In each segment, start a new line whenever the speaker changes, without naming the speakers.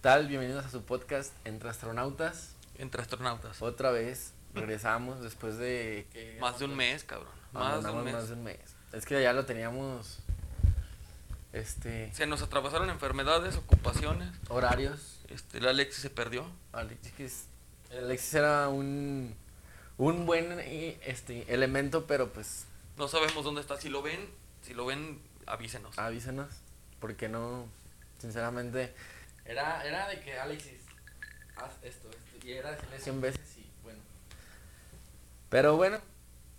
tal? Bienvenidos a su podcast Entre Astronautas.
Entre astronautas.
Otra vez regresamos después de... que
Más de un mes, cabrón. Más de
abandonamos
un mes.
Ah, más de un mes. Es que ya lo teníamos... Este...
Se nos atravesaron enfermedades, ocupaciones.
Horarios.
Este, el Alexis se perdió.
Alexis, Alexis era un... Un buen eh, este, elemento, pero pues
No sabemos dónde está. Si lo ven, si lo ven, avísenos.
avísenos. Porque no... Sinceramente... Era, era de que Alexis... Haz esto, esto. Y era decirle 100 veces y bueno. Pero bueno...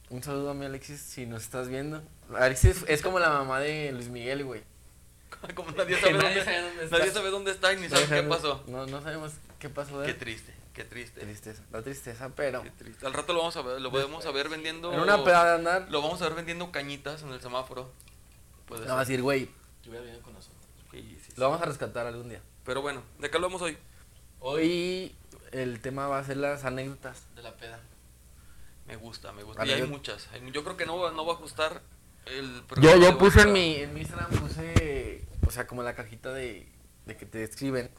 Un saludo a mi Alexis, si nos estás viendo. Alexis es como la mamá de Luis Miguel, güey.
Como nadie
Que
sabe,
nadie
dónde,
sabe dónde está.
nadie sabe dónde está y ni
No
sabe qué
sabemos-
pasó.
No, no sabemos qué pasó de
Qué
él.
triste, qué triste.
tristeza. La tristeza, pero.
Qué triste. Al rato lo vamos a ver, lo podemos a ver vendiendo.
Pues, En una peda de andar,
Lo vamos a ver vendiendo cañitas en el semáforo. Puede
no va a
ser.
decir, güey,
Sí, sí, sí.
lo vamos a rescatar algún día.
Pero bueno, ¿de qué hablamos hoy?
Hoy el tema va a ser las anécdotas.
De la peda. Me gusta, me gusta.
A
Y hay
ver, yo-
muchas. hay- Yo creo que no, va- no va a ajustar el
Yo,
programa de
yo
hoy
puse en
para-
mi, en mi Instagram, puse, o sea, como la cajita de, de que te escriben.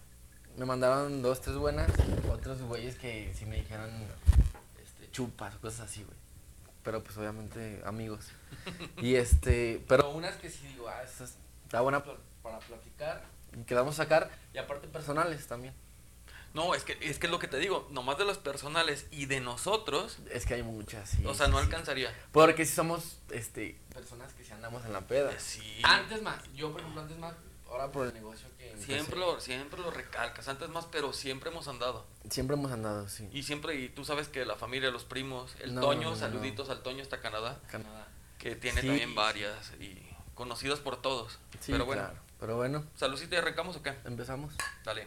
Me mandaron dos, tres buenas, otros güeyes que sí me dijeron este, chupas o cosas así, güey. Pero pues obviamente amigos. Y este, pero unas que sí digo, ah, esa está buena pl- para platicar. y Que la vamos a sacar. Y aparte personales también.
No, es que, es que es lo que te digo, nomás de los personales y de nosotros,
Es que hay muchas, sí.
o sea,
sí,
no
sí.
alcanzaría.
Porque si somos, este, personas que si andamos en la peda.
Sí.
Antes más, yo por ejemplo antes más, ahora por el negocio que... empecé.
Siempre lo, siempre lo recalcas, antes más, pero siempre hemos andado.
Siempre hemos andado, sí.
Y siempre, y tú sabes que la familia, los primos, el
No,
Toño,
no, no.
saluditos al Toño hasta Canadá,
Canadá.
que tiene
Sí.
también varias y conocidas por todos.
Sí,
pero bueno,
claro. Pero bueno,
¿saludcita y arrancamos o qué?
empezamos.
Dale.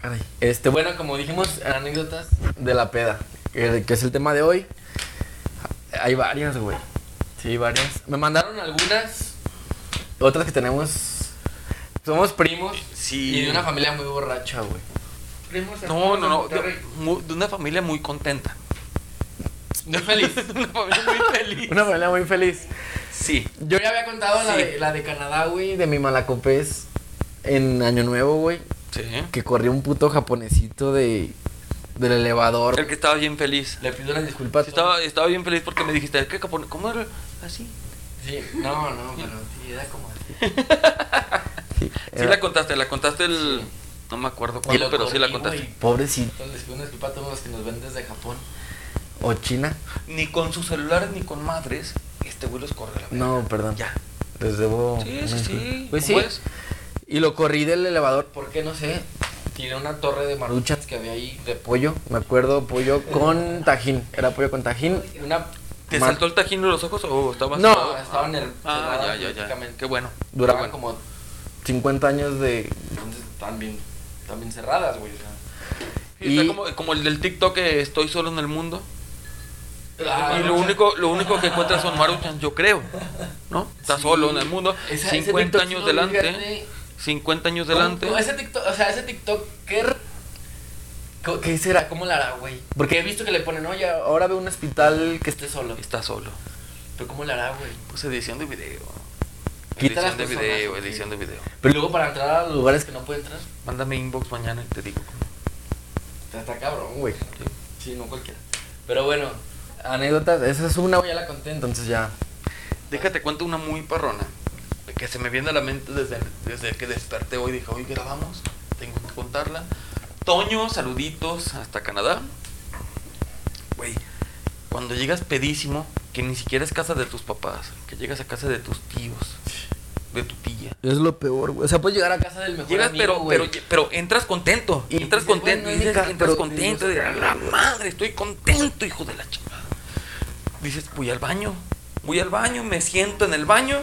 Caray. Este, bueno, como dijimos, anécdotas de la peda, que, que es el tema de hoy. Hay varias, güey. Sí, varias. Me mandaron algunas, otras que tenemos. Somos primos
Sí.
y de una familia muy borracha, güey. Primos
No, no, no, de, mu- de una familia muy contenta.
Muy feliz.
una familia muy feliz.
Una familia muy feliz.
Sí.
Yo ya había contado la,
Sí.
de, la de Canadá, güey, de mi malacopés en Año Nuevo, güey.
Sí.
Que corrió un puto japonesito de, del elevador.
El que estaba bien feliz.
Le pido las disculpas.
Sí, estaba, estaba bien feliz porque me dijiste, ¿qué capone- ¿Cómo era? Así.
Sí, no, no, pero sí, era como así. Sí,
Sí la contaste, la contaste el... No me acuerdo cuándo, pero sí la contaste.
Pobrecito.
Entonces les pido una disculpa a todos los que nos ven desde Japón.
¿O China?
Ni con sus celulares ni con madres, este güey los corre la verga.
No, perdón.
Ya.
Les debo.
Sí,
una
sí, sí.
disculpa. Pues sí.
¿Cómo es?
Y lo corrí del elevador. ¿Por qué? No sé. Tiré una torre de maruchas que había ahí de pollo. Me acuerdo, pollo con tajín. Era pollo con tajín. Una.
¿Te
mar-
saltó el tajín de los ojos o estabas...
No,
cerrado?
estaba en el-
Ah,
cerrado
ya, ya, ya.
herméticamente.
Qué bueno. qué
Duraba
bueno.
como 50 años de.
Entonces están bien, están bien cerradas, güey. o sea.
Sí, está
y-
como, como el del TikTok que estoy solo en el mundo.
Ah,
y
no,
lo único, lo único que encuentras son maruchan, yo creo. ¿No? Está
Sí.
solo en el mundo.
Esa- ese
50
TikTok
años
no,
delante.
fíjate.
50 años
¿Cómo-
delante.
cómo ese TikTok, o sea, ese TikToker. co- ¿Qué será? ¿Cómo la hará, güey? Porque he visto que le ponen, oye,
Ahora veo un hospital que esté.
esté solo.
Está solo.
Pero ¿cómo la hará, güey?
Pues edición de video.
Quita
edición
las
de
personas,
video,
sí.
edición de video.
Pero
Pero
luego
luego para entrar a los lugares que no puede entrar,
Mándame inbox mañana y te digo. cómo.
está, está cabrón, güey.
güey.
Sí, no cualquiera. Pero bueno,
Anécdotas. Esa es una, ya la conté, entonces ya.
Déjate cuento una muy parrona. Que se me viene a la mente desde, desde que desperté hoy. Dije, hoy grabamos. Tengo que contarla. Toño, saluditos hasta Canadá. Güey, cuando llegas pedísimo, que ni siquiera es casa de tus papás, que llegas a casa de tus tíos, de tu tía.
Es lo peor, güey. O sea, puedes llegar a
la casa del mejor
Llegas,
amigo,
pero,
güey.
pero, pero entras contento.
Y
entras
dices,
contento.
bueno,
y
es mi
dices,
casa,
entras
pero-
contento. de la madre, estoy contento, hijo de la chingada. Dices, voy al baño. Voy al baño, me siento en el baño.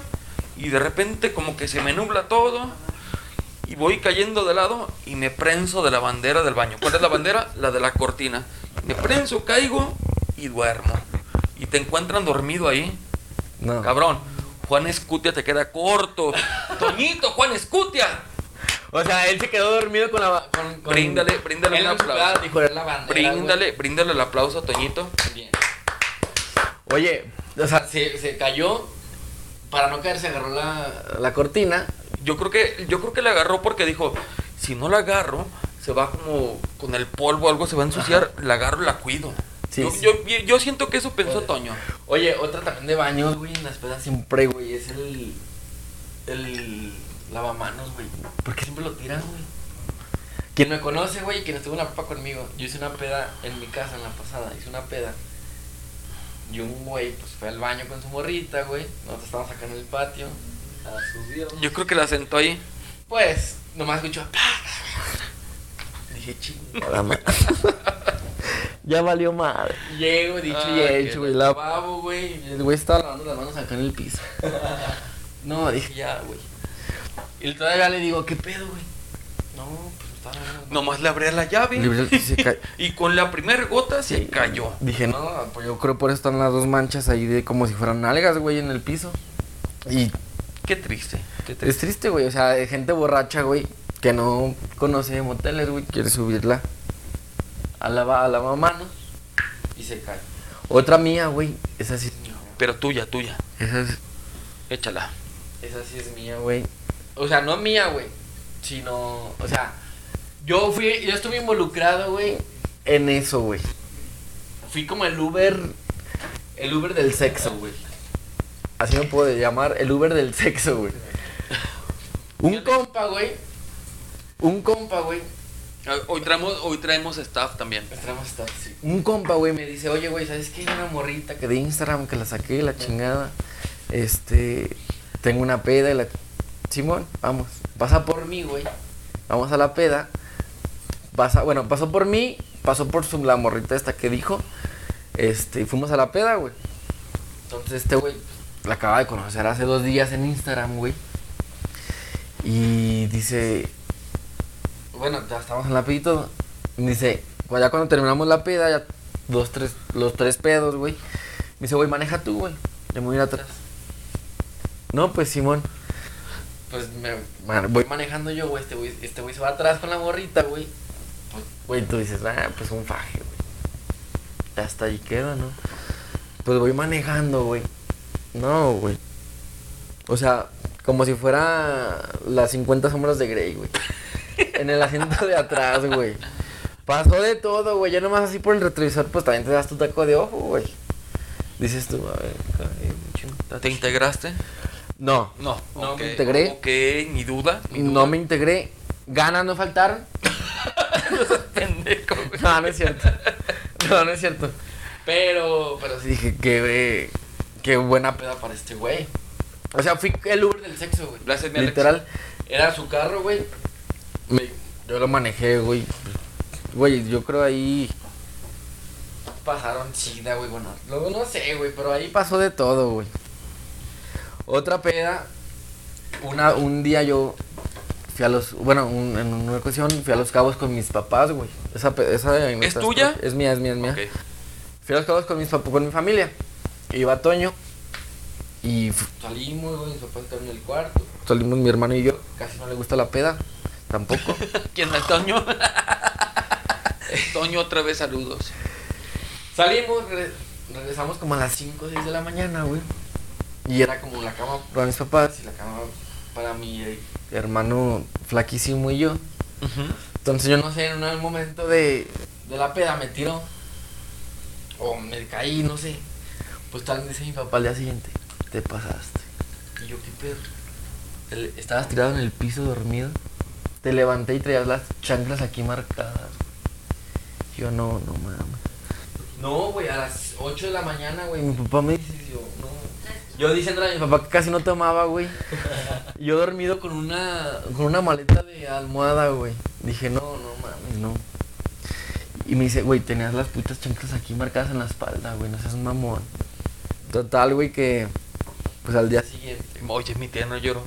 Y de repente, como que se me nubla todo. Y voy cayendo de lado y me prenso de la bandera del baño. ¿Cuál es la bandera? La de la cortina. Me prenso, caigo y duermo. Y te encuentran dormido ahí.
No.
Cabrón, Juan Escutia te queda corto. Toñito, Juan Escutia.
O sea, él se quedó dormido con la,
con. con-
Bríndale, bríndale
Él
un
no
aplauso.
chupaba, Dijo, era la bandera. güey.
Bríndale, bríndale el aplauso a Toñito.
Bien.
Oye, o sea,
Se, se cayó. Para no caer, se agarró la.
la cortina.
Yo creo que, yo creo que la agarró porque dijo, si no la agarro, se va como con el polvo, algo se va a ensuciar, la agarro y la cuido.
Sí,
yo,
sí. Pues.
yo- yo siento que eso pensó
Puede.
Toño.
Oye, otra
También de baños, güey, en las pedas siempre, güey. Es el. El. Lavamanos, güey. Porque siempre lo tiran, güey. Quien me conoce, güey, quien estuvo en la papa conmigo, yo hice una peda en mi casa en la pasada, hice una peda. Y un güey, pues fue al baño con su morrita, güey. Nosotros estábamos acá en el patio. La subió.
Yo creo que la sentó ahí.
Pues, nomás escuchó. "Pa". Dije, chingo.
Ya valió madre.
Llego, dicho
Ah,
y
que
hecho, güey.
la-
La pavo, güey. y El güey estaba lavando las manos acá en el piso. No, dije, ya, güey. Y todavía le digo, ¿qué pedo, güey? No, pues estaba lavando las manos.
Nomás le abría la llave.
Libre- se ca-
y con la primera gota se
Sí.
cayó.
Dije, no, pues yo creo por eso están las dos manchas ahí de como si fueran algas, güey, en el piso. Y
Qué triste. Qué triste.
es triste, güey. O sea, de gente borracha, güey, que no conoce de moteles, güey, quiere subirla a la, a la mamá, ¿no?
Y se cae.
Otra mía, güey, esa sí.
Pero tuya, tuya.
Esa es,
Échala.
Esa sí es mía, güey.
güey.
O sea, no mía, güey. Sino, o sea, yo fui, yo estuve involucrado, güey.
En eso, güey.
Fui como el Uber, el Uber del sexo, güey.
Así me puedo llamar el Uber del sexo, güey.
Yo
Un,
le-
com-
compa, güey.
un, com-
Compa, güey.
Ah, Hoy traemos, hoy traemos staff también.
Entramos taxi.
un compa, güey, me
Me dice, oye, güey, ¿sabes qué? Hay Una morrita
que de Instagram que la saqué, la chingada. Este, tengo una peda y la Simón, vamos. Pasa por
por mí, güey.
vamos a la peda. Pasa, bueno, pasó por mí, pasó por su la morrita esta que dijo. Este, y fuimos a la peda, güey.
Entonces este güey,
La acaba de conocer hace dos días en Instagram, güey. Y dice,
bueno, ya estamos
vamos en la peda y todo. Y Dice, "Cu- ya cuando terminamos la peda, ya dos, tres, los tres pedos, güey. Me dice, güey, maneja tú, güey. Ya me voy a ir atrás. No, pues Simón.
Pues me
Man,
voy
voy
manejando yo, güey. Este güey este güey se va atrás con la morrita, güey. Pues,
Güey, tú dices, ah, pues un faje, güey. Hasta ahí queda, ¿no? Pues voy manejando, güey. No, güey. O sea, como si fuera las 50 sombras de Grey, güey. En el asiento de atrás, güey. Pasó de todo, güey. Ya nomás así por el retrovisor, pues también te das tu taco de ojo, güey. Dices tú, a ver, cae, mucho, ta-
¿Te integraste?
No,
No.
No
ok,
me
integré.
Ok, ni duda. Ni duda.
no me integré. Ganas no faltaron.
Pendejo, güey.
No, no es cierto. No, no es cierto.
pero, pero sí.
Dije, qué, qué buena
Una peda para este güey.
O sea, fui el Uber del
Del sexo, güey.
Gracias, mi Alex.
literal.
Era su carro, güey.
me- yo lo manejé, güey. Güey, yo creo ahí
Pasaron chida, güey. Bueno, luego no sé, güey, pero ahí pa-
pasó de todo, güey. Otra peda, una, un día yo fui a los, bueno, un- en una ocasión fui a los cabos con mis papás, güey. Esa, pe- esa
¿Es tuya?
Es mía, es mía, es mía.
Ok.
Fui a los cabos con mis papás, con mi familia. Iba Toño y fu-
salimos, güey. Mis papás quedaron en el cuarto.
salimos mi hermano y yo.
Casi no
No le
le
gusta la peda, tampoco.
¿Quién es Toño? Toño, otra vez saludos.
Salimos, regre- regresamos como a las 5 o 6 de la mañana, güey. Y era como la cama
Para mis papás,
y la cama para mi eh,
hermano flaquísimo y yo.
Entonces yo no sé, en un momento de, de la peda me tiró. O me caí, no sé. Pues tal vez dice mi papá al día siguiente.
Te pasaste.
Y yo, ¿qué pedo?
El- Estabas tirado en el piso dormido. Te levanté y traías las chanclas aquí marcadas. Yo no, no mames.
No, güey, a las 8 de la mañana,
Y
güey.
Mi papá me dice,
Y Yo, no. Yo diciendo a mi
mi
papá
papá que casi no tomaba, güey. Yo dormido con una con una maleta de almohada, güey. Dije, no, no mames, no. Y me dice, güey, tenías las putas chanclas aquí marcadas en la espalda, güey, no seas mamón. Total, güey, que pues al día
al siguiente.
Oye, mi tía no lloró.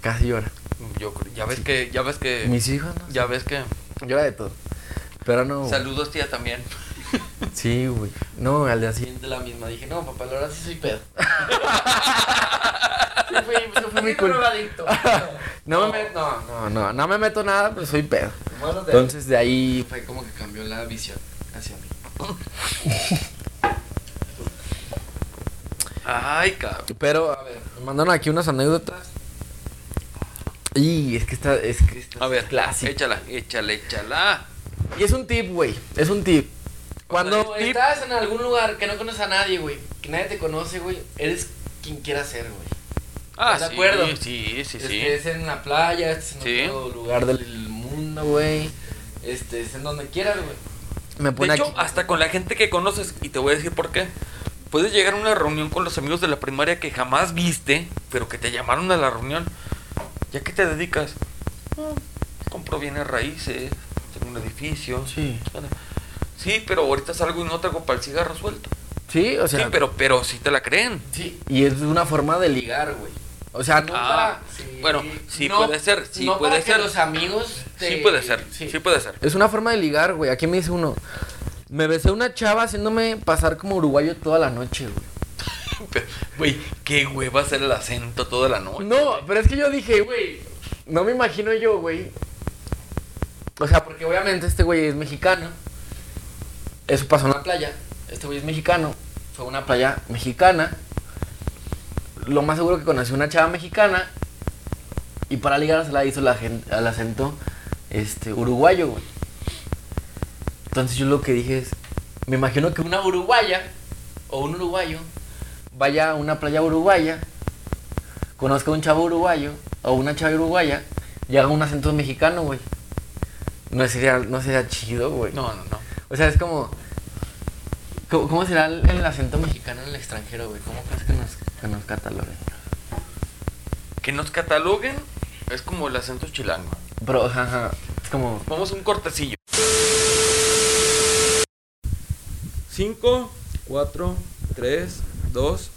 casi llora.
Yo creo- ya ves que, ya ves que,
Mis hijos, no.
ya ves que.
Llora de todo. Pero no. güey.
Saludos tía también.
Sí, güey. No, al día
Al
siguiente.
siguiente la misma. Dije, no, papá, ahora sí soy pedo.
Sí, Ese fue, ese fue mi
Bien
culpa.
drogadicto.
No me meto, no, no, no, no me meto nada, pues soy pedo.
Bueno, de-
Entonces de ahí fue como que cambió la visión hacia mí.
Ay, cabrón.
Pero, a ver, me mandaron aquí unas anécdotas. Y es que esta es que esta
A
es
ver,
clásica.
échala, échala, échala.
Y es un tip, güey, es un tip. Cuando
Cuando estás en algún lugar que no conoces a nadie, güey, que nadie te conoce, güey, eres quien quieras ser, güey.
Ah,
¿De
sí,
acuerdo?
sí, sí, sí.
Este es en la playa, este es
Sí.
en otro lugar del mundo, güey. Este es en donde quieras, güey. ah,
me
De
pone
hecho,
aquí.
hasta con la gente que conoces, y te voy a decir por qué. Puedes llegar a una reunión con los amigos de la primaria que jamás viste, pero que te llamaron a la reunión. ¿Ya qué te dedicas? "Ah, compro bienes raíces, tengo un edificio.
Sí.
Sí, pero ahorita salgo y no traigo para el cigarro suelto.
Sí, o sea,
sí, pero, pero sí te la creen.
Sí,
y es una forma de ligar.
ligar, güey.
O sea, no
Ah,
para-
Sí.
bueno, sí puede ser, sí
no
puede
para que
ser.
los amigos te-
Sí puede ser,
Sí.
sí, puede ser.
es una forma de ligar, güey. Aquí me dice uno, me besé una chava haciéndome pasar como uruguayo toda la noche, güey.
Pero, Güey, qué hueva hacer el acento toda la noche.
No, pero es que yo dije, güey, no me imagino yo, güey. O sea, porque obviamente este güey es mexicano. Eso pasó en la playa. Este güey es mexicano. Fue a una playa mexicana. Lo más seguro que conoció una chava mexicana. Y para ligar se la hizo la gen- al acento este, uruguayo, güey. Entonces yo lo que dije es, me imagino que una uruguaya o un uruguayo vaya a una playa uruguaya conozca a un chavo uruguayo o una chava uruguaya y haga un acento mexicano, güey. No sería, no sería chido, güey.
No, no, no.
O sea, es como. ¿Cómo, cómo será el, el acento mexicano en el extranjero, güey? ¿Cómo crees que nos, que nos cataloguen?
Que nos cataloguen es como el acento chilango.
Bro, ajá, es como.
Vamos a un cortecillo. 5, 4, 3, 2.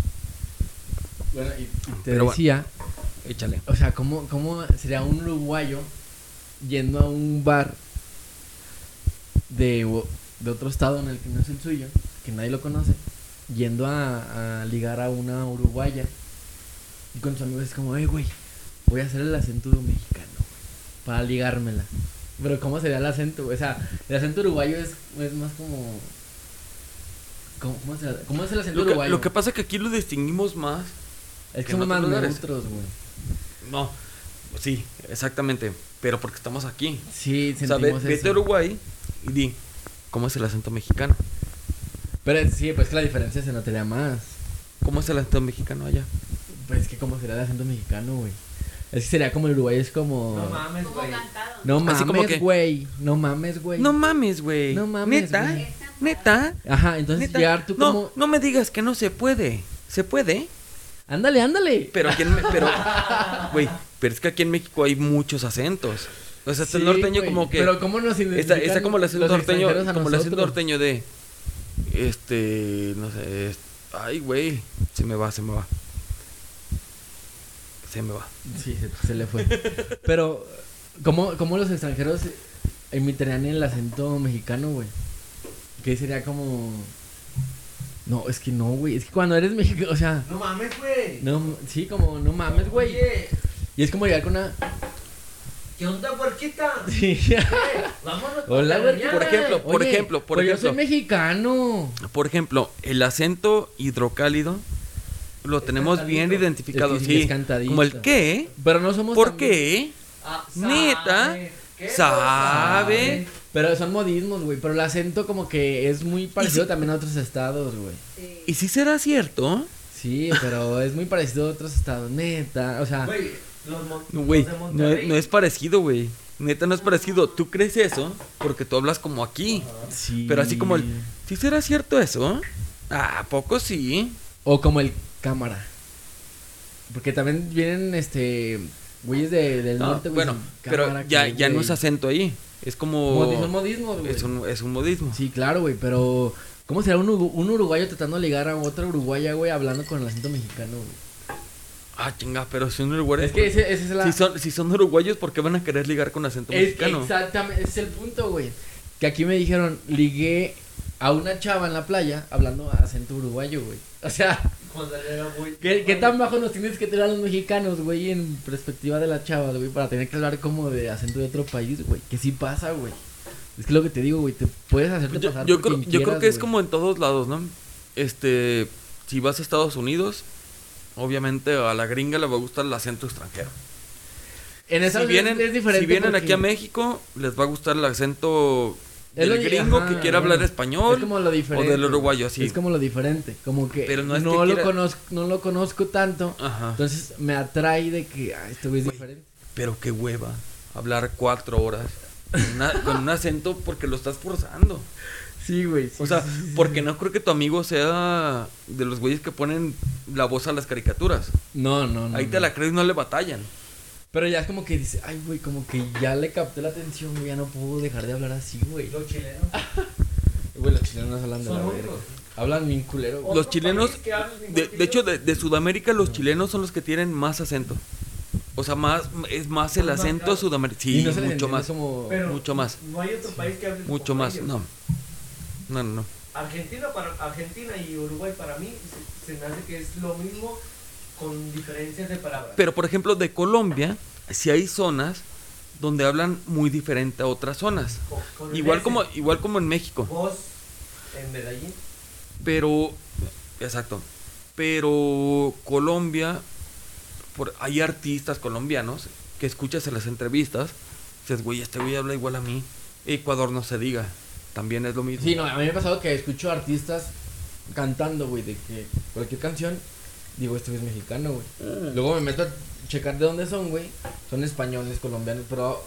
Bueno, y te
Pero bueno.
decía,
Échale.
o sea, ¿cómo, ¿cómo sería un uruguayo yendo a un bar de, u- de otro estado en el que no es el suyo, que nadie lo conoce, yendo a, a ligar a una uruguaya. Y con sus amigos es como, eh, güey, voy a hacer el acento mexicano, güey, para ligármela. Pero ¿cómo sería el acento? güey? O sea, el acento uruguayo es, es más como... ¿Cómo, cómo será- cómo es el acento
Lo que,
uruguayo?
lo que pasa es que aquí lo distinguimos más.
es
que
que
en
somos
otros
más
lugares.
neutros, güey.
No, sí, exactamente. Pero porque estamos aquí.
Sí,
O sea, ve-
sentimos
vete
eso.
a Uruguay y di, ¿cómo es el acento mexicano?
Pero es- sí, pues que la diferencia se notaría más.
¿Cómo es el acento mexicano allá?
Pues es que como sería el acento mexicano, güey. Es que sería como el uruguayo, es como...
No mames,
Como
güey.
cantado.
No
Así como que-
mames, güey. No mames, güey.
No mames, güey.
No mames,
Neta,
güey.
neta.
Ajá, entonces
¿Neta?
llegar tú
no,
como...
no me digas que no se puede. Se puede.
Ándale, ándale.
Pero aquí en Me- pero güey, pero es que aquí en México hay muchos acentos. O sea, está el
Sí,
norteño
güey,
como que
Pero cómo nos
está,
identifican
está como el acento
los
norteño,
extranjeros a
como el acento
nosotros?
norteño de este, no sé, es- ay, güey, se me va, se me va. Se me va.
Sí, se, se le fue. Pero, ¿cómo, ¿cómo los extranjeros imitarían el acento mexicano, güey? Que sería como... No, es que no, güey. Es que cuando eres mexicano, o sea...
No mames, güey.
No, sí, como no mames, güey.
Oye,
Y es como llegar con una...
¿qué onda, puerquita?
Sí.
Vámonos.
Hola,
pa'
güey.
la
Por
mañana.
ejemplo, por ejemplo, por
pues
ejemplo.
Yo soy mexicano.
Por ejemplo, el acento hidrocálido lo tenemos bien
cantadito.
identificado,
Es que sí,
sí.
es cantadito.
como el qué,
Pero no somos.
por
tan-
qué,
Ah,
neta,
sabe, ¿qué
sabe.
Ah, Pero son modismos, güey. Pero el acento, como que es muy parecido también a otros estados, güey.
Sí.
¿Y si será cierto?
Sí, pero es muy parecido a otros estados, neta. O sea,
lo sabe? Güey, los mon-
No, Güey,
los de
no,
Monterrey.
es- no es parecido, güey. Neta, no es parecido. Tú crees eso porque tú hablas como aquí.
sí.
Pero así como el... ¿Sí será cierto eso? Ah, ¿a poco sí?
O como el cámara. Porque también vienen, este. Güeyes de, del
No,
norte, güey.
bueno,
sin
pero
cámara,
ya,
que,
ya no
güey.
es acento ahí. Es como...
Modi- Son modismos, güey.
es, un, es un modismo.
Sí, claro, güey, pero ¿cómo será un, ugu- un uruguayo tratando de ligar a otra uruguaya, güey, hablando con el acento mexicano, güey?
Ah, chinga, pero si son uruguayos...
Es que ese, ese es la...
si, son, si son uruguayos, ¿por qué van a querer ligar con acento
es que
mexicano?
exactamente, ese es el punto, güey. Que aquí me dijeron, ligué a una chava en la playa hablando acento uruguayo, güey. O sea,
Cuando él era muy.
¿Qué, qué tan bajo nos tienes que tirar los mexicanos, güey, en perspectiva de la chava, güey, para tener que hablar como de acento de otro país, güey? Que sí pasa, güey. Es que lo que te digo, güey, te puedes hacerte
Yo,
pasar
yo
por
creo,
quien
yo creo
quieras,
que es
güey.
como en todos lados, ¿no? Este, si vas a Estados Unidos, obviamente a la gringa le va a gustar el acento extranjero.
En esa
Si vienen,
es diferente
si vienen aquí
porque
a México, les va a gustar el acento
Es lo
del
di-
gringo
ajá,
que quiere
güey.
hablar español
es como lo
o
diferente.
del uruguayo, así.
Es como lo diferente, como que
Pero
no,
no es que
lo
quiera-
conozco, no lo conozco tanto,
Ajá.
entonces me atrae de que, ah, este güey es diferente.
Pero qué hueva hablar cuatro horas con, una- con un acento porque lo estás forzando.
Sí, güey. sí,
O sea,
sí, sí, sí.
porque no creo que tu amigo sea de los güeyes que ponen la voz a las caricaturas.
No, no, no.
Ahí te
no.
la crees y no le batallan.
Pero ya es como que dice, ay, güey, como que ya le capté la atención, güey, ya no puedo dejar de hablar así, güey.
Los chilenos.
Güey, los chilenos hablan de
Son
la
rucos.
verga. Hablan bien culero, güey.
Los
Otro
chilenos,
país que habla el mismo
de, de
idioma.
hecho, de, de Sudamérica, los chilenos son los que tienen más acento. O sea, más, es más el
Más
acento
marcado.
sudamericano.
Y
Sí,
no se les
mucho
entiende
más.
como...
Pero
Oh, mucho más.
No hay otro país que hable.
Mucho
como
más.
ellos.
No. No, no, no.
Argentina, para, Argentina y Uruguay para mí se, se me hace que es lo mismo con diferencias de palabras.
Pero, por ejemplo, de Colombia, si hay zonas donde hablan muy diferente a otras zonas.
Con- con el
Igual
S.
como, igual como en México.
Vos en Medellín.
Pero, exacto. Pero Colombia, por, hay artistas colombianos que escuchas en las entrevistas, dices, güey, este güey habla igual a mí. Ecuador no se diga, también es lo mismo.
Sí, no, a mí me ha pasado que escucho artistas cantando, güey, de que cualquier canción, digo, este güey es mexicano, güey.
Ah.
Luego me meto a checar de dónde son, güey. Son españoles, colombianos, pero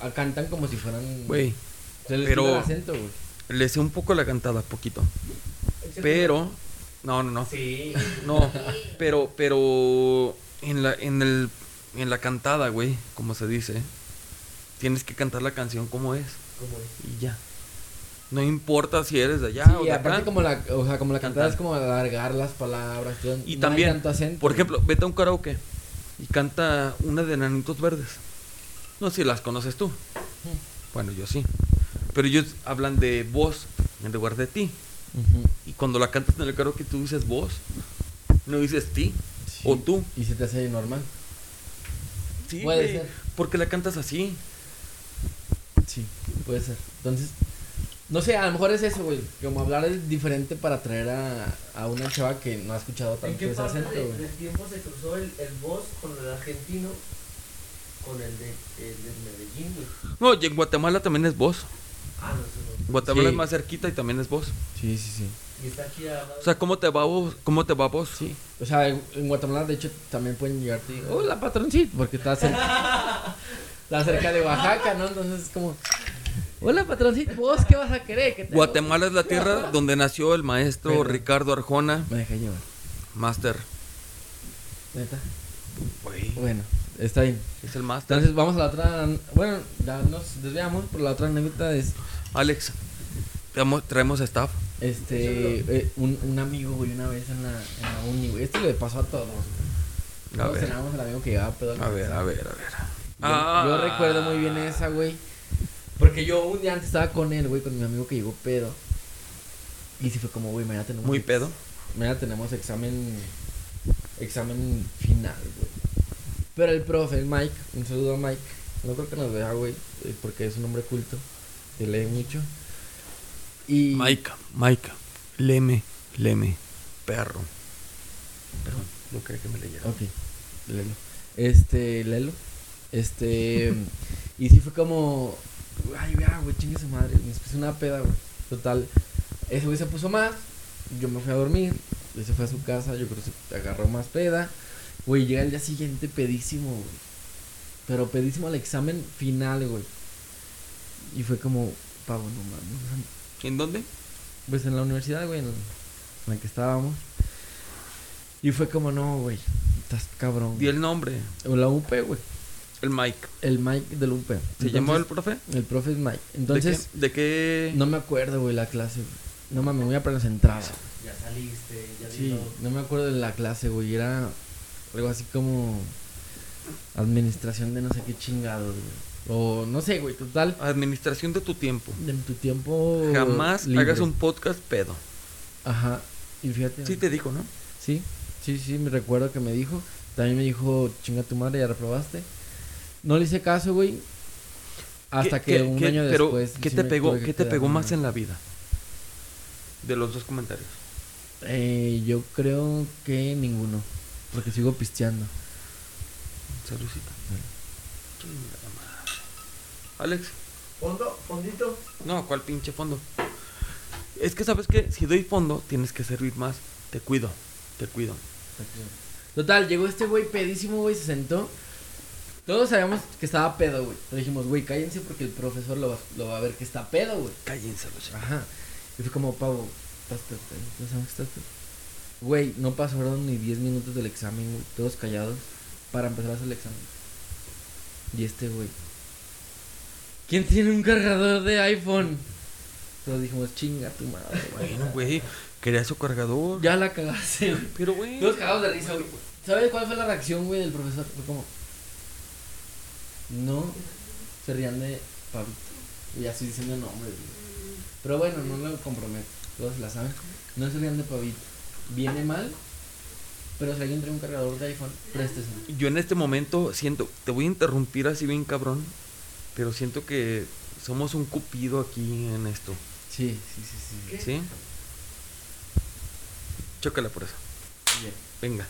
ah, cantan como si fueran...
Güey,
Se les
pero-
quita el acento, güey.
le sé un poco la cantada, poquito.
Excepto-
Pero, no, no, no.
Sí.
No, pero, pero en la, en el, en la cantada, güey, como se dice, tienes que cantar la canción como es
como es.
y ya. No importa si eres de allá o
sí,
de
aparte
acá.
como la, o sea, como la cantada
Cantar.
es como alargar las palabras, todo,
Y
no
también,
hay tanto acento.
Por
güey.
ejemplo, vete a un karaoke y canta una de Nanitos Verdes. No sé si las conoces tú. Bueno, yo sí. Pero ellos hablan de vos en lugar de ti.
Ujú.
Y cuando la cantas en el karaoke tú dices vos, no dices ti
Sí.
o tú.
Y se te hace normal.
Sí,
Puede
güey,
ser.
Porque la cantas así.
Sí, puede ser. Entonces, no sé, a lo mejor es eso, güey. Como hablar es diferente para atraer a, a una chava que no ha escuchado
¿En
tanto
qué
ese
parte
acento,
de-
güey.
del tiempo se cruzó el, el vos con el argentino con el de, el de Medellín? güey?
No, y en Guatemala también es vos.
Ah, no, eso
Guatemala
Sí.
es más cerquita y también es vos.
Sí, sí, sí.
no. Y está aquí al lado.
O sea, ¿cómo te va vos? ¿Cómo te va vos? Sí.
O sea, en en Guatemala, de hecho, también pueden llegarte y, hola, patroncito, porque está cerca, está cerca de Oaxaca, ¿no? Entonces es como, hola, patroncito, ¿vos qué vas a querer? ¿Qué te hago?"
Guatemala es la tierra donde nació el maestro
Perdón.
Ricardo Arjona,
Me dejé llevar,
máster.
neta. Bueno, está bien.
Es el máster.
Entonces vamos a la otra, bueno, ya nos desviamos, pero la otra anécdota es
Alex, te amo- traemos staff.
Este, eh, un, un amigo, güey, una vez en la, en la uni, güey. Esto le pasó a todos.
A
Todos
ver,
cenábamos el amigo que llevaba pedo. al
a ver,
colegio.
Ah. a ver, a ver.
Yo, yo recuerdo muy bien esa, güey. Porque yo un día antes estaba con él, güey, con mi amigo que llegó pedo. Y sí fue como, güey, mañana tenemos.
Muy
ex-
pedo.
Mañana tenemos examen. Examen final, güey. Pero el profe, el Mike, un saludo a Mike. No creo que nos vea, güey, eh, porque es un hombre culto. Se lee mucho. Y.
Maica, Maica, leme, leme, perro. Perdón, no quería que me leyera.
Ok, Lelo. Este, Lelo. Este. y sí fue como. Ay, vea, güey, chingue su madre. Me puse una peda, güey. Total. Ese güey se puso más. Yo me fui a dormir. Él se fue a su casa. Yo creo que se agarró más peda. Güey, llega el día siguiente pedísimo, güey. Pero pedísimo al examen final, güey. Y fue como, pavo, no mames.
¿En dónde?
Pues en la universidad, güey, en en la que estábamos. Y fue como, no, güey, estás cabrón.
Di
güey".
el nombre,
O la UP, güey.
el Mike.
El Mike del UP.
¿Se llamó el profe? ¿De
El profe es Mike.
qué-
Entonces,
¿de qué?
no me acuerdo, güey, la clase. güey. No mames, muy apenas entraba.
Ya saliste, ya
Sí,
vino.
no me acuerdo de la clase, güey. Era algo así como administración de no sé qué chingados, güey. O no sé, güey, total.
Administración de tu tiempo.
De tu tiempo.
Jamás
libre.
hagas un podcast pedo.
Ajá. Y fíjate.
Sí te dijo, ¿no?
sí, Sí, sí, sí, me recuerdo que me dijo. También me dijo, chinga tu madre, ya reprobaste. No le hice caso, güey. Hasta que un año
pero,
después.
¿Qué
sí
te
me
pegó,
tuve que
¿qué te
quedar
pegó
con
más
una-
en la vida? De los dos comentarios.
Eh, yo creo que ninguno. Porque sigo pisteando.
Saludcita. Chinga madre. Alex,
Fondo, fondito.
no, ¿cuál pinche fondo? Es que sabes que si doy fondo, tienes que servir más. Te cuido, te cuido.
Total, llegó este güey pedísimo, güey, se sentó. Todos sabíamos que estaba pedo, güey. Le dijimos, güey, cállense porque el profesor lo va, lo va a ver que está pedo, güey.
Cállense, los
Ajá. Y fue como, Pavo, estás pedo, güey, no sabemos que estás pedo. Güey, no pasaron ni 10 minutos del examen, güey. Todos callados para empezar a hacer el examen. Y este güey. ¿Quién tiene un cargador de iPhone? Todos dijimos, chinga tu madre, güey.
Bueno, güey, quería su cargador.
Ya la cagaste, güey.
Pero, güey.
Todos cagados de risa, güey. ¿Sabes cuál fue la reacción, güey, del profesor? Fue como. No se rían de Pablito. Y ya estoy diciendo nombres, güey. Pero bueno, no lo comprometo. Todos la saben. No se rían de Pavito. Viene mal. Pero si alguien trae un cargador de iPhone, présteselo.
Yo en este momento siento, te voy a interrumpir así bien cabrón, pero siento que somos un cupido aquí en esto,
Sí, sí, sí, sí.
¿sí? Chócala por eso,
Bien.
venga.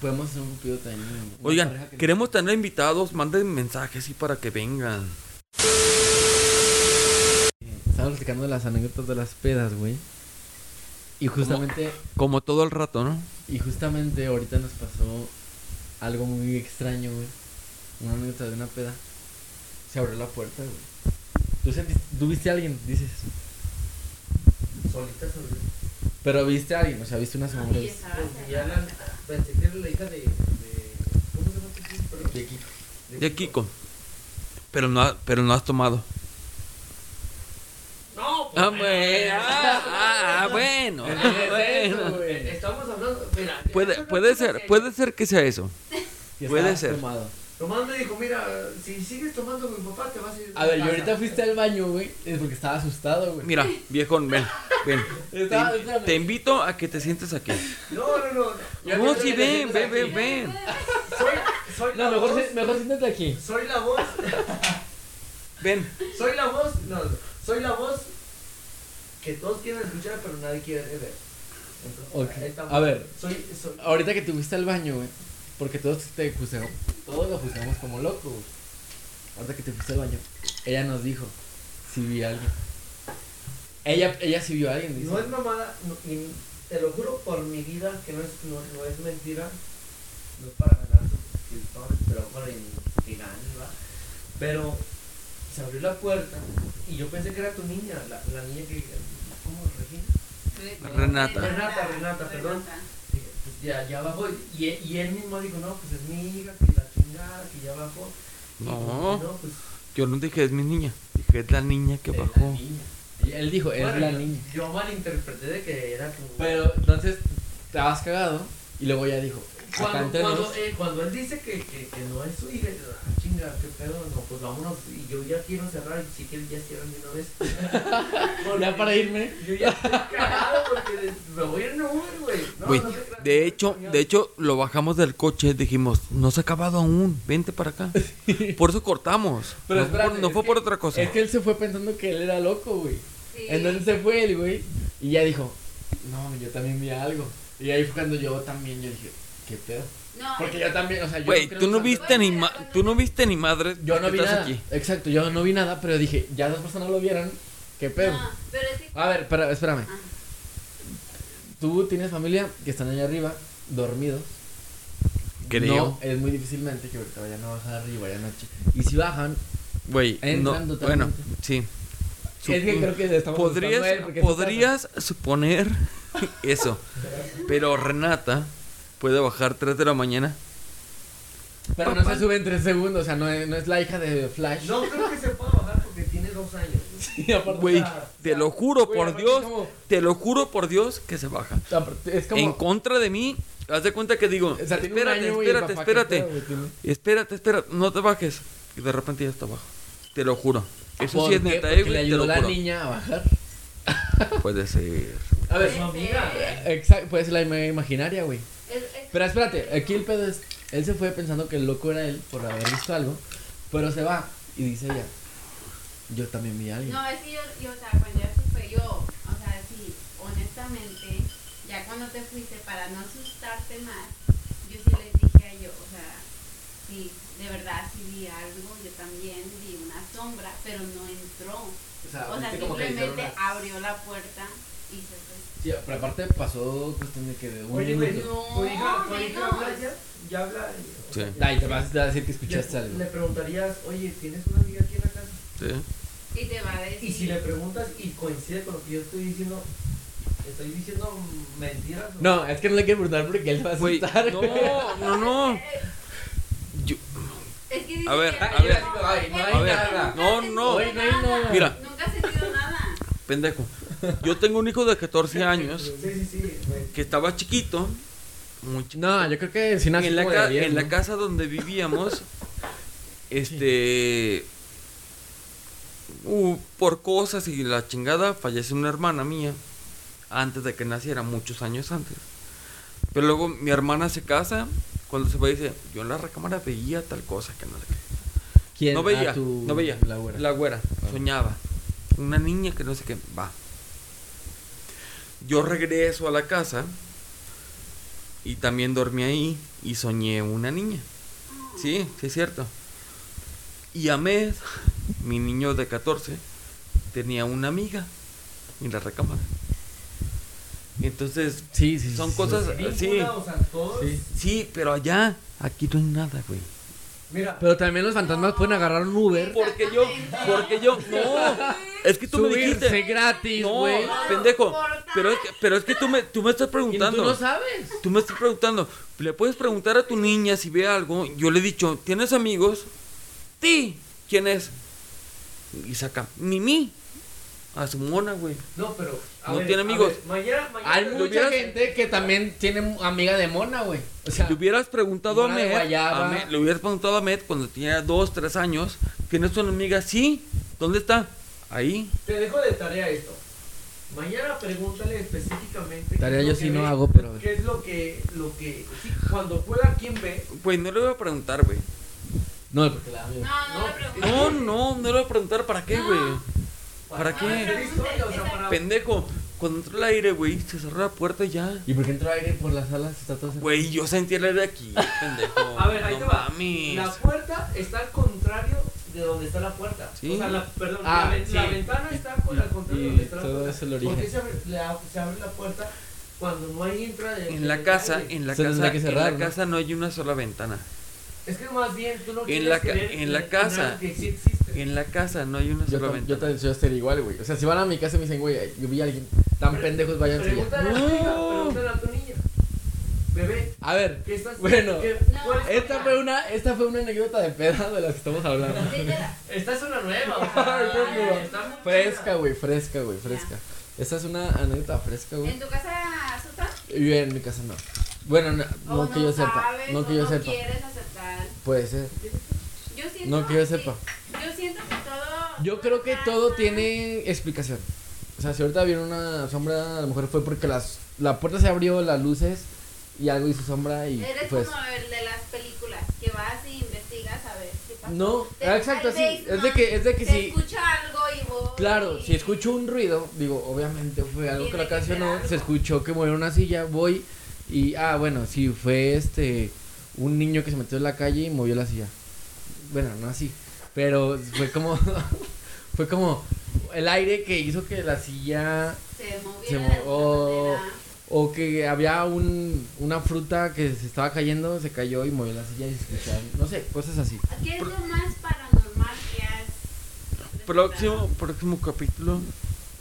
Podemos hacer un cupido también. una pareja
Oigan,
que-
queremos tener invitados, manden mensajes y para que vengan.
Eh, Estamos platicando de las anécdotas de las pedas, güey. Y justamente.
Como todo el rato, ¿no?
Y justamente ahorita nos pasó algo muy extraño, güey. Una anécdota de una peda. Se abrió la puerta, güey. ¿Tú, sentiste, tú viste a alguien, dices.
Solita sobre.
Pero viste a alguien, o sea, viste una sombra.
Y estaba
Pues ya
cerrada.
la. Pensé que era la hija de. de ¿Cómo se llama? este que sí? Perdón.
De Kiko.
Ya Kiko. Pero no, ha- pero no has tomado.
No, pues,
Ah, bueno. Ah, ah, ah, bueno. ah, bueno.
eh, Estamos hablando. Mira,
Puede,
eso no
puede
es una
ser,
serie.
puede ser que sea eso.
Y
Puede
estaba
ser.
tomado.
Nomás me dijo, mira, si sigues tomando con mi papá, te vas a ir.
A ver,
yo
yo ahorita fuiste al baño, güey. Es porque estaba asustado, güey.
Mira, viejón, ven, ven.
Estaba-
Te-
espérame.
te invito a que te sientes aquí.
No, no, no. no.
Ya
No,
te-
sí,
te
ven,
sientes
ven,
aquí.
ven, ven.
Soy, soy la
No, mejor,
voz.
si- mejor siéntate aquí.
Soy la voz.
Ven.
Soy la voz. No, no, soy la voz que todos quieren escuchar, pero nadie quiere ver. Entonces,
Ok,
ahí estamos.
a ver.
Soy, soy.
Ahorita que te fuiste al baño, güey. Porque todos te juzgamos. Todos lo juzgamos como loco, güey. Ahorita que te fuiste al baño. Ella nos dijo si vi a alguien. Ella, ella sí vio a alguien, dice.
No es mamada, no, y te lo juro por mi vida que no es, no, no es mentira, no es para ganar suscriptores, pero para que gane, ¿va? Pero se abrió la puerta y yo pensé que era tu niña, la, la niña que. ¿Cómo, Regina?
Renata.
Renata, Renata, perdón. Dije, pues ya, ya bajó. Y, él- y él mismo dijo, no, pues es mi hija, que la chingada, que ya bajó. Y pues,
No,
no, pues
yo no dije es mi niña. Dije es la niña que
Es la
bajó.
niña. Y Él dijo, es
bueno,
la
yo-
niña.
Yo malinterpreté de que era tu.
Pero entonces te has cagado. Y luego ella dijo, acá
Cuando,
entre
cuando,
nos,
eh, cuando él dice que, que, que no es su hija, yo, ah, chinga, qué pedo, no, pues vámonos, y yo ya quiero cerrar, y si quieres ya cierran de una vez. Porque
Ya para irme.
Yo ya estoy cagado porque de- me voy a ir en Uber, güey. No,
Güey,
no te creas,
de
no,
hecho,
no,
de hecho lo bajamos del coche, dijimos, no se ha acabado aún, vente para acá. Por eso cortamos.
Pero
no, fue por-
espérate,
no
es
fue
que-
por otra cosa.
Es que él se fue pensando que él era loco, güey.
Sí.
Entonces se fue el güey y ya dijo, no, yo también vi algo. Y ahí fue cuando yo también, yo dije, ¿qué pedo?
No,
Porque yo también, o sea, yo...
Güey,
creo
tú no
tanto-
viste ni
Bueno,
ma-
mira,
tú no viste ni madre.
Yo
porque
no vi
estás
nada.
aquí.
Exacto, yo no vi nada, pero dije, ya dos personas lo vieron, ¿qué pedo?
no, pero es que.
A ver, espera- espérame.
Ajá.
Tú tienes familia que están allá arriba, dormidos.
Creo.
No, es muy difícilmente que ahorita vayan a bajar arriba, ya noche. Y si bajan,
Güey, no,
Entran
bueno,
totalmente.
sí.
es que
Supo-
creo que le estamos asustando a él,
podrías
porque es su
podrías suponer eso. Pero Renata puede bajar 3 de la mañana.
casa. Pero no se sube en tres segundos, o sea, no es, no es la hija de Flash.
No creo que se pueda bajar porque tiene dos años.
Y aparte-
Güey,
sea,
te lo juro
Güey,
por
aparte
Dios,
es como-
te lo juro por Dios que se baja.
aparte Es
En
como...
contra de mí, haz de cuenta que digo,
O sea, tiene un
espérate,
año, güey,
espérate,
papá, ¿qué
espérate,
pedo, güey, tiene?
espérate, espérate, no te bajes. Y de repente ya está abajo. Te lo juro. Eso
¿Por
sí es
qué?
neta,
Porque
eh, güey,
le
te
ayudó
lo
la
juro.
niña a bajar.
Puede ser.
A ver,
Es su amiga.
exacto, puede ser la ima- pues, imaginaria, güey. Pero espérate, aquí el pedo es. Él se fue pensando que el loco era él por haber visto algo. Pero se va y dice ella. Yo también vi a alguien.
No, es que yo, yo, o sea, cuando ya supe yo, o sea, sí, honestamente, ya cuando te fuiste, para no asustarte más, yo sí les dije a yo, o sea, sí, de verdad sí vi algo, yo también vi una sombra, pero no entró.
O sea,
O sea,
Ah, viste como que le
simplemente
hicieron una-
abrió la puerta y se fue.
Sí, pero aparte pasó cuestión de que de un
Oye, güey,
minuto.
no,
¿Tu hija, tu hija
menos.
habla ya? ¿Ya habla?
Sí.
O sea,
Ay, te vas a decir que escuchaste
le-
algo.
Le preguntarías, oye, ¿tienes una amiga aquí en la casa?
Sí.
Y te va a decir.
Y si le preguntas y coincide con lo que yo estoy diciendo, estoy diciendo mentiras. o-
No, es que no le quiero preguntar porque él se va a
Güey,
asustar.
no, no, no. Yo-
Es que dice
A ver,
que
a
no,
ver,
ay, no
es
hay
que
nada.
nunca
No,
has
no.
sentido
Ay, no hay
nada.
nada.
Mira.
Nunca has sentido nada.
pendejo. Yo tengo un hijo de 14 años
Sí, sí, sí. güey.
que estaba chiquito, muy chiquito.
No, yo creo que si nace
en la,
como de
ca-
10,
en la
¿no?
casa donde vivíamos, este. uh, por cosas y la chingada, falleció una hermana mía antes de que naciera, muchos años antes. Pero luego mi hermana se casa, cuando se va dice: Yo en la recámara veía tal cosa que no sé qué".
¿Quién?
No
Ah,
veía,
tu-
no veía.
La güera. Ah.
soñaba. Una niña que no sé qué, va. Yo regreso a la casa y también dormí ahí y soñé una niña. Sí, sí es cierto. Y Ahmed, mi niño de 14, tenía una amiga en la recámara. Entonces,
Sí, sí.
Son
sí,
cosas-
sí.
Vincula,
sí.
o sea, todos-
Sí.
sí, pero allá, aquí no hay nada, güey.
Mira,
Pero también los fantasmas pueden agarrar un Uber.
Porque yo, porque yo, no, es que tú me
subirse
dijiste,
gratis,
No,
güey.
pendejo.
importa.
Pero es que, pero es que tú, me, tú me estás
Y tú no
preguntando.
sabes.
Tú me estás preguntando. ¿Le puedes preguntar a tu niña si ve algo? Yo le he dicho, ¿tienes amigos? Sí. ¿Quién es? Y saca, Mimi. A su mona, güey.
no, pero. a
No
ver,
tiene
a
amigos.
ver, mañana, mañana.
Hay
lo
mucha
hubieras-
gente que también tiene amiga de mona, güey. O
Si
sea,
le hubieras preguntado a
mona de
Met,
guayaba.
le hubieras preguntado a Met cuando tenía dos, tres años, ¿tienes una amiga? Sí. ¿Dónde está? Ahí.
Te dejo de tarea esto. Mañana pregúntale específicamente. qué
Tarea
es lo
yo
que
sí no
ve,
hago, pero-
¿Qué es lo que. Lo que sí, cuando pueda, ¿quién ve?
Güey, no le voy a preguntar, güey.
no, porque la amo.
No, no, le
No,
preguntes.
No, no, no le voy a preguntar para qué, güey. ¿Para
qué?
hacer historia, o sea, para-
Pendejo, cuando entró el aire, güey, se cerró la puerta y ya.
¿Y por qué entró aire por las alas? Está todo cerrado.
Güey, yo sentí el aire aquí, pendejo.
A ver, ahí
no
te va.
mames.
La puerta está al contrario de donde está la puerta.
Sí.
O sea, la, perdón,
Ah,
la, ve-
sí.
la ventana está con, al
y
contrario de donde está la
todo
puerta.
es el origen.
¿Por qué se abre la, se abre la puerta cuando no hay entrada? de-
En la
de
casa,
calle?
en la
Se tendrá
casa,
que
en
cerrar,
la
¿no?
casa no hay una sola ventana.
Es que más bien tú no
en
quieres
la ca-
creer
en la
algo
casa.
que sí existe.
En la casa no hay una
Yo,
sola
tam- yo,
ventana.
tam- yo estoy igual, güey. O sea, si van a mi casa y me dicen, güey, yo vi a alguien tan
Pre-
pendejos, váyanse ya.
Pregúntale a tu hija,
No.
pregúntale a tu niña. Bebé,
A ver,
¿qué estás
bueno,
qué-
No.
cuál es-
esta fue una, esta fue una anécdota de peda de las que estamos hablando.
Déjala.
Esta es una nueva. o sea, está muy
fresca,
chida.
güey, fresca, güey, fresca. Esta es una anécdota fresca, güey.
¿En tu casa asustan?
Yo en mi casa no. Bueno, no,
¿O
no que yo sepa.
Oh, sabes,
No
o
que yo
no
sepa.
quieres aceptar.
Puede ser.
Yo siento
No que yo sepa.
Yo siento que todo.
Yo creo que todo tiene explicación. O sea, si ahorita vieron una sombra, a lo mejor fue porque las, la puerta se abrió, las luces y algo hizo sombra y
Eres
pues...
como el de las películas que vas y investigas a ver qué pasa.
No, ah,
Te vas
exacto,
al
sí, es de
basement,
que- es de que
te
sí.
escucha algo y vos.
Claro,
y...
si escucho un ruido, digo, obviamente fue algo que lo
Tiene que ser
ocasionó,
algo.
se escuchó que movió una silla, voy y, ah, bueno, sí, fue este, un niño que se metió en la calle y movió la silla. Bueno, no así, pero fue como, fue como el aire que hizo que la silla
Se movió.
se
de
mo-
alguna
o,
manera.
o que había un, una fruta que se estaba cayendo, se cayó y movió la silla y se escucharon, no sé, cosas así.
¿Qué es lo más paranormal que has.
Próximo, próximo capítulo.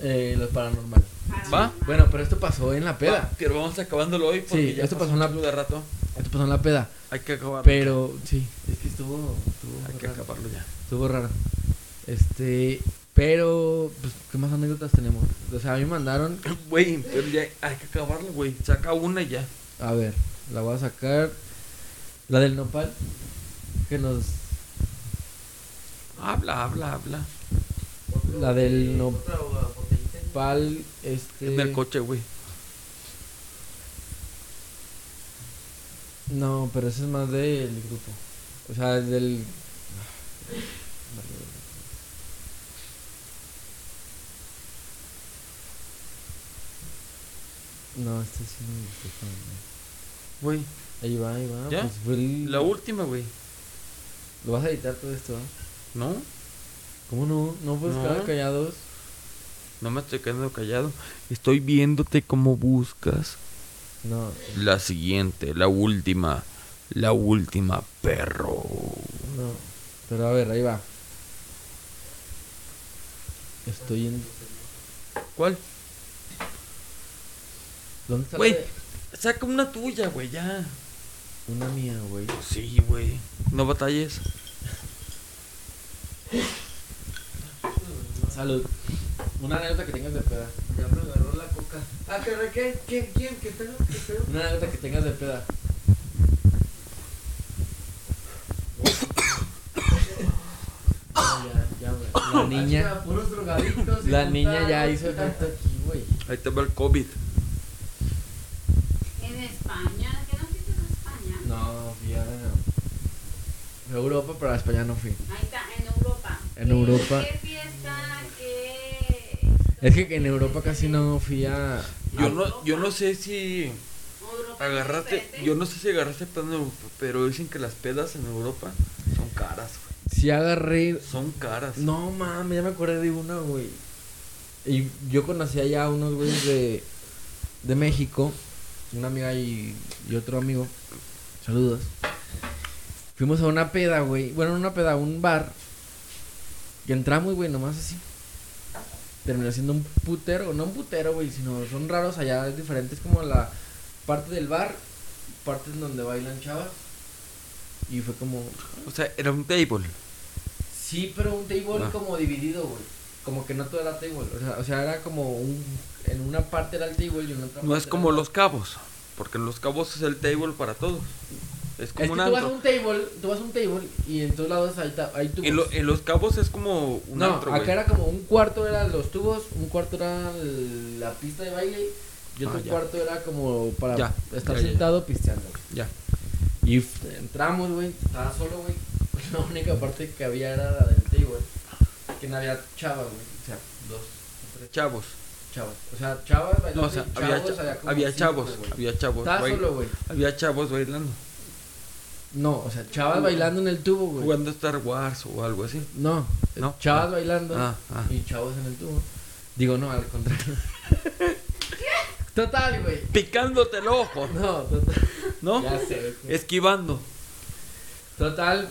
Eh, lo paranormal.
presentado?
¿Va?
Bueno, pero esto pasó en la
Va,
peda.
Pero Ah, vamos acabándolo hoy porque
Sí,
ya
esto
pasó
pasó en la-
un chingo de rato.
Esto pasó en la peda.
Hay que acabarlo.
Pero sí, es que estuvo,
Hay
estuvo,
que
raro,
acabarlo ya.
estuvo raro. Este, pero, pues, ¿qué más anécdotas tenemos? O sea, a mí me mandaron,
Güey, pero ya hay que acabarlo, güey. Saca una y ya.
a ver, la voy a sacar, la del nopal, que nos,
Habla, habla, habla.
Otro-
La del no-
otra botellita.
pal, este,
En el coche, güey.
No, pero eso es más del grupo. O sea, es del. No, este sí no me gustó, cabrón.
Güey,
Ahí va, ahí va.
¿Ya?
Pues fue el-
la última, güey.
Lo vas a editar todo esto, ¿ah?
¿No?
¿Cómo no? No puedes
No.
quedar callados.
No me estoy quedando callado. Estoy viéndote cómo buscas.
No,
La siguiente, la última. La última, perro.
no. Pero a ver, ahí va. Estoy en.
¿Cuál?
¿Dónde está la
Güey,
de-
saca una tuya, güey, ya.
Una mía, güey.
Sí, güey. No batalles.
Salud. Una anécdota que tengas de peda.
Ya me agarró la coca. Ah, ¿qué, re- qué? ¿Quién, quién? ¿Qué pedo? ¿Qué pedo?
Una anécdota que tengas de peda. No, ya, ya, güey. La niña.
Ah, puros drogadictos.
La niña ya hizo efecto aquí, güey.
Ahí te va el COVID.
En España, ¿qué no fuiste a España?
No, ya. Fue a Europa, pero a España no fui.
Ahí está, en Europa.
En
¿Qué-
Europa.
¿Qué fiesta? ¿Qué?
Es que en Europa casi no fui a. a-
Yo no, yo no sé si
Europa es
agarraste,
diferente.
yo no sé si agarraste pedas en Europa, pero dicen que las pedas en Europa son caras, güey.
Si agarré.
Son caras.
No mames, ya me acordé de una, güey. Y yo conocí allá a unos güeyes de, de México, una amiga y, y otro amigo. Saludos. Fuimos a una peda, güey. Bueno, no una peda, a un bar. Y entramos, güey, nomás así. Terminó siendo un putero, no un putero, güey, sino son raros allá, es diferente. Es como la parte del bar, parte en donde bailan chavas. Y fue como,
O sea, era un table.
Sí, pero un table
Ah.
como dividido, güey. Como que no todo era table. O sea, o sea, era como un. En una parte era el table y en otra
No
parte
es como
era-
los cabos, porque en los cabos es el table para todos. Es
Es
como
que
un
tú vas a
antro.
un table, tú vas a un table y en todos lados hay, ta- hay tubos.
En, lo- en los cabos es como un
no,
antro,
acá
güey.
era como un cuarto eran los tubos, un cuarto era el- la pista de baile y otro
Ah, ya.
cuarto era como para
Ya,
estar
ya, ya, ya.
sentado pisteando.
Ya.
Y f- entramos, güey, estaba solo, güey. La única parte que había era la del table, que no había chava, güey. O sea, dos, tres
Chavos.
chavos. O sea, chavas bailando.
No, o sea,
y
había,
chavos,
cha-
había, como
había
cinco,
chavos,
güey.
había chavos,
Estaba
güey.
solo, güey.
Había chavos bailando,
No, o sea, chavas bailando en el tubo, güey.
jugando Star Wars o algo así.
No,
No.
chavas bailando
Ah, ah.
y chavos en el tubo. Digo, no, al contrario. total, güey.
Picándote el ojo,
No, total.
¿no?
Ya sé, güey.
Esquivando.
Total,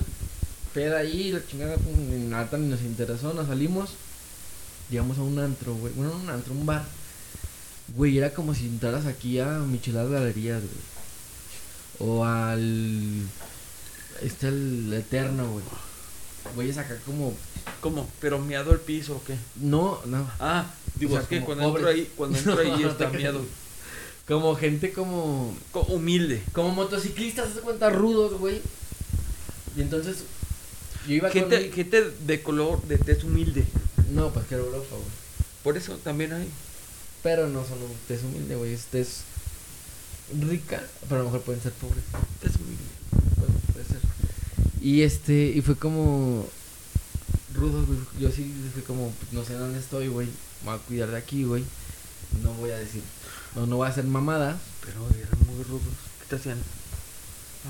peda ahí, la chingada, pum, ni nada ni nos interesó, nos salimos. Llegamos a un antro, güey. Bueno, no un antro, un bar. Güey, era como si entraras aquí a Micheladas Galerías, güey. O al. Este, el Eterno, güey. Güey, es acá como.
¿Cómo? ¿Pero meado el piso o qué?
No, no.
Ah, digo,
O sea,
es que
como
cuando entro
pobre.
ahí, cuando entro ahí
No,
está
te-
meado.
Como gente como.
Co- Humilde.
Como motociclistas, se cuenta rudos, güey. Y entonces. Yo iba con.
Gente, gente de color, de tez humilde.
No, pues que era Europa, güey.
Por eso también hay.
Pero no son un test humilde, güey. Es test rica, pero a lo mejor pueden ser pobres.
Tez humilde.
Puede, puede ser. Y este, y fue como rudo, güey. Yo sí fui como, pues, no sé dónde estoy, güey. Me voy a cuidar de aquí, güey. No voy a decir, no, no voy a hacer mamada.
Pero eran muy rudos. ¿Qué te hacían?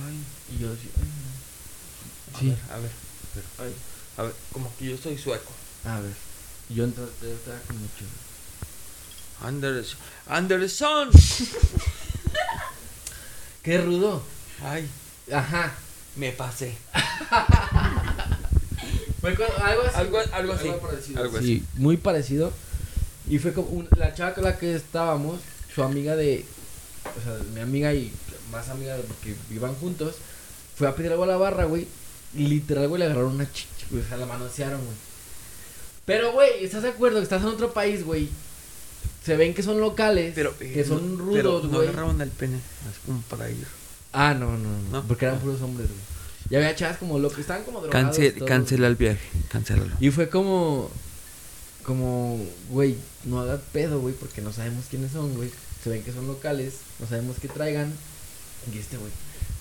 Ay,
Y yo sí, ay, no.
a
Sí,
ver, a ver. ay, a ver, como que yo soy sueco.
a ver. Y Yo entré, yo estaba con mucho.
Anderson. Anderson.
¡Qué rudo!
Ay,
Ajá.
me pasé.
Fue co- algo así.
Algo-
güey.
algo así.
parecido.
Algo
sí, muy parecido. Y fue como un- la chava con la que estábamos, su amiga de. O sea, mi amiga y más amiga de porque vivan juntos. Fue a pedir algo a la barra, güey. Y literal, güey, le agarraron una chicha, güey. O sea, la manosearon, güey. Pero, güey, ¿estás de acuerdo? que Estás en otro país, güey. Se ven que son locales.
Pero, eh,
que son
no- pero
rudos,
No
güey.
agarraban el pene. Es como para ir.
ah, no, no, no,
No.
Porque eran
Ah.
puros hombres, güey. Y había chavas como locos. Estaban como drogados.
Cance-
todos.
cancela el viaje. Cancélalo.
Y fue como, como, güey, no hagas pedo, güey, porque no sabemos quiénes son, güey. Se ven que son locales, no sabemos qué traigan. Y este, güey,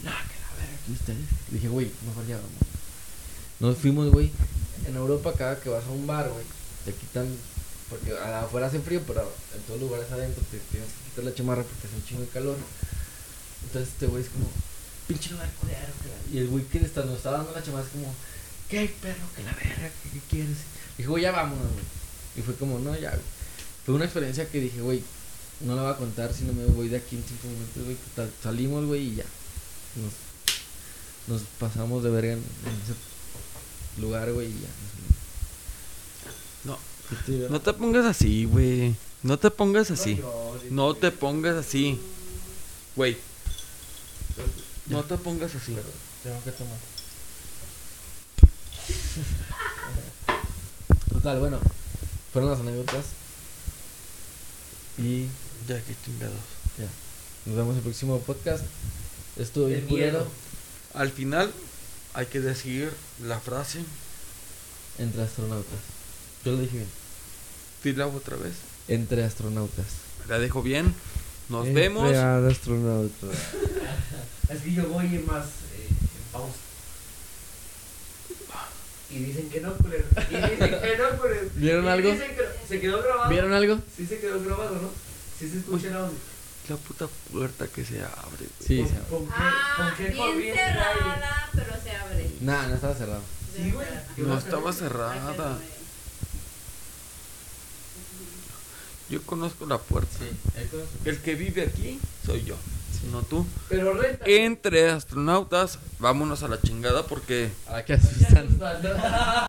No, que la verga, aquí ustedes. Le dije, güey, mejor ya vamos. Nos fuimos, güey. En Europa, cada que vas a un bar, güey, te quitan. Porque a- afuera hace frío, pero en todos lugares adentro te tienes que quitar la chamarra porque hace un chingo de calor. Entonces este güey es como, pinche lugar culero. que la-". Y el güey que le está- nos está dando la chamarra es como, ¿qué perro? que la verga? ¿Qué, qué quieres? Dijo, ya vámonos, güey. Y fue como, no, ya, güey. Fue una experiencia que dije, güey, no la voy a contar si no me voy de aquí en cinco minutos, güey. Total, Salimos, güey, y ya. Nos, nos pasamos de verga en, en ese lugar, güey, y ya.
No.
¿Qué te iba-
No te pongas así, güey. No te pongas así.
llores,
No
güey.
te pongas así. Güey. No te pongas así.
Tengo que tomar. Total, bueno. Fueron las anécdotas. Y
Ya que chingados.
nos vemos en el próximo podcast. Estuvo
El
bien culero.
miedo.
Al final hay que decir la frase.
Entre astronautas. Yo lo dije bien.
Dila otra vez.
Entre astronautas.
La dejo bien. Nos
Entre
vemos.
astronautas.
Es que yo voy más eh, en pausa. Y dicen que no, culero. Y dicen que no, culero.
¿Vieron
Y
algo?
Dicen que no. Se quedó grabado.
¿Vieron algo?
Sí se quedó grabado, ¿no? Sí se escucha el audio.
La puta puerta que se abre, güey.
Sí.
¿Con,
se
con qué,
Ah,
con qué
bien
corriente aire?
cerrada, pero se abre.
Nah, no estaba cerrado.
Sí, güey. Yo
No
la-
estaba
Ay, pero,
cerrada.
güey.
Yo conozco la puerta. El que vive aquí soy yo, no tú.
Pero renta.
Entre astronautas, vámonos a la chingada porque
Ahora que asustan.
Ya nos mandó.